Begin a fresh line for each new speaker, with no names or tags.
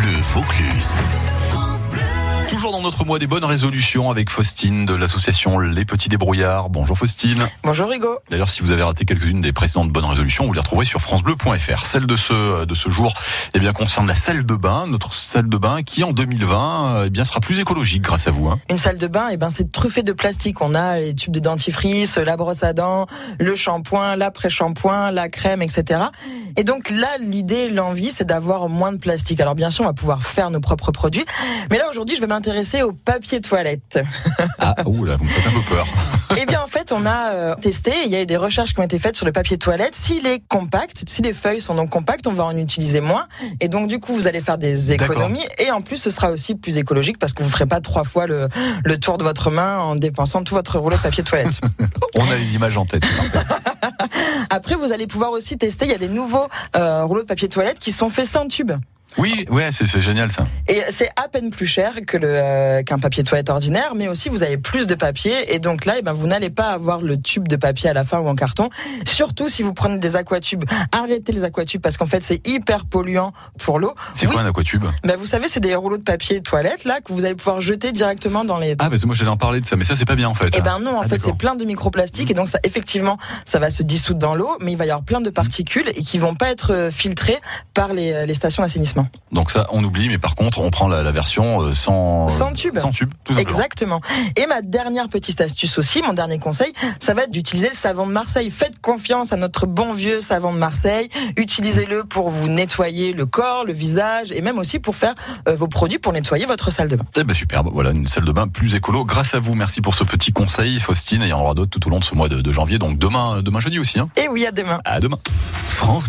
Bleu Vaucluse. Toujours dans notre mois des bonnes résolutions avec Faustine de l'association Les Petits Débrouillards. Bonjour Faustine.
Bonjour Hugo.
D'ailleurs, si vous avez raté quelques-unes des précédentes bonnes résolutions, vous les retrouverez sur francebleu.fr. Celle de ce, de ce jour eh bien, concerne la salle de bain, notre salle de bain qui en 2020 eh bien, sera plus écologique grâce à vous. hein.
Une salle de bain, et ben c'est truffé de plastique. On a les tubes de dentifrice, la brosse à dents, le shampoing, l'après-shampoing, la crème, etc. Et donc là, l'idée, l'envie, c'est d'avoir moins de plastique. Alors bien sûr, on va pouvoir faire nos propres produits, mais là aujourd'hui, je vais m'intéresser au papier toilette.
Ah, ouh là, vous me faites un peu peur.
Eh bien, en fait, on a euh, testé, il y a eu des recherches qui ont été faites sur le papier toilette. S'il est compact, si les feuilles sont donc compactes, on va en utiliser moins. Et donc, du coup, vous allez faire des
D'accord.
économies. Et en plus, ce sera aussi plus écologique parce que vous ne ferez pas trois fois le, le tour de votre main en dépensant tout votre rouleau de papier toilette.
On a les images en tête.
Après, vous allez pouvoir aussi tester, il y a des nouveaux euh, rouleaux de papier toilette qui sont faits sans tube.
Oui, ouais, c'est c'est génial ça.
Et c'est à peine plus cher que le euh, qu'un papier toilette ordinaire, mais aussi vous avez plus de papier et donc là, eh ben vous n'allez pas avoir le tube de papier à la fin ou en carton. Surtout si vous prenez des aquatubes, arrêtez les aquatubes parce qu'en fait c'est hyper polluant pour l'eau.
C'est
Oui.
quoi un aquatube
Ben vous savez, c'est des rouleaux de papier toilette là que vous allez pouvoir jeter directement dans les.
Ah, parce que moi j'allais en parler de ça, mais ça c'est pas bien en fait.
Eh ben non, en
Ah,
fait,
d'accord.
c'est plein de microplastiques et donc ça, effectivement, ça va se dissoudre dans l'eau, mais il va y avoir plein de particules et qui vont pas être euh, filtrées par les, euh, les stations d'assainissement.
Donc ça, on oublie, mais par contre, on prend la, la version euh, sans,
Sans tube.
Sans tube, tout simplement.
Exactement. Et ma dernière petite astuce aussi, mon dernier conseil, ça va être d'utiliser le savon de Marseille. Faites confiance à notre bon vieux savon de Marseille. Utilisez-le pour vous nettoyer le corps, le visage et même aussi pour faire euh, vos produits pour nettoyer votre salle de bain.
Eh ben superbe, voilà une salle de bain plus écolo grâce à vous. Merci pour ce petit conseil, Faustine, et il y en aura d'autres tout au long de ce mois de, de janvier, donc demain, demain jeudi aussi. Hein.
Et oui, à demain.
À demain. France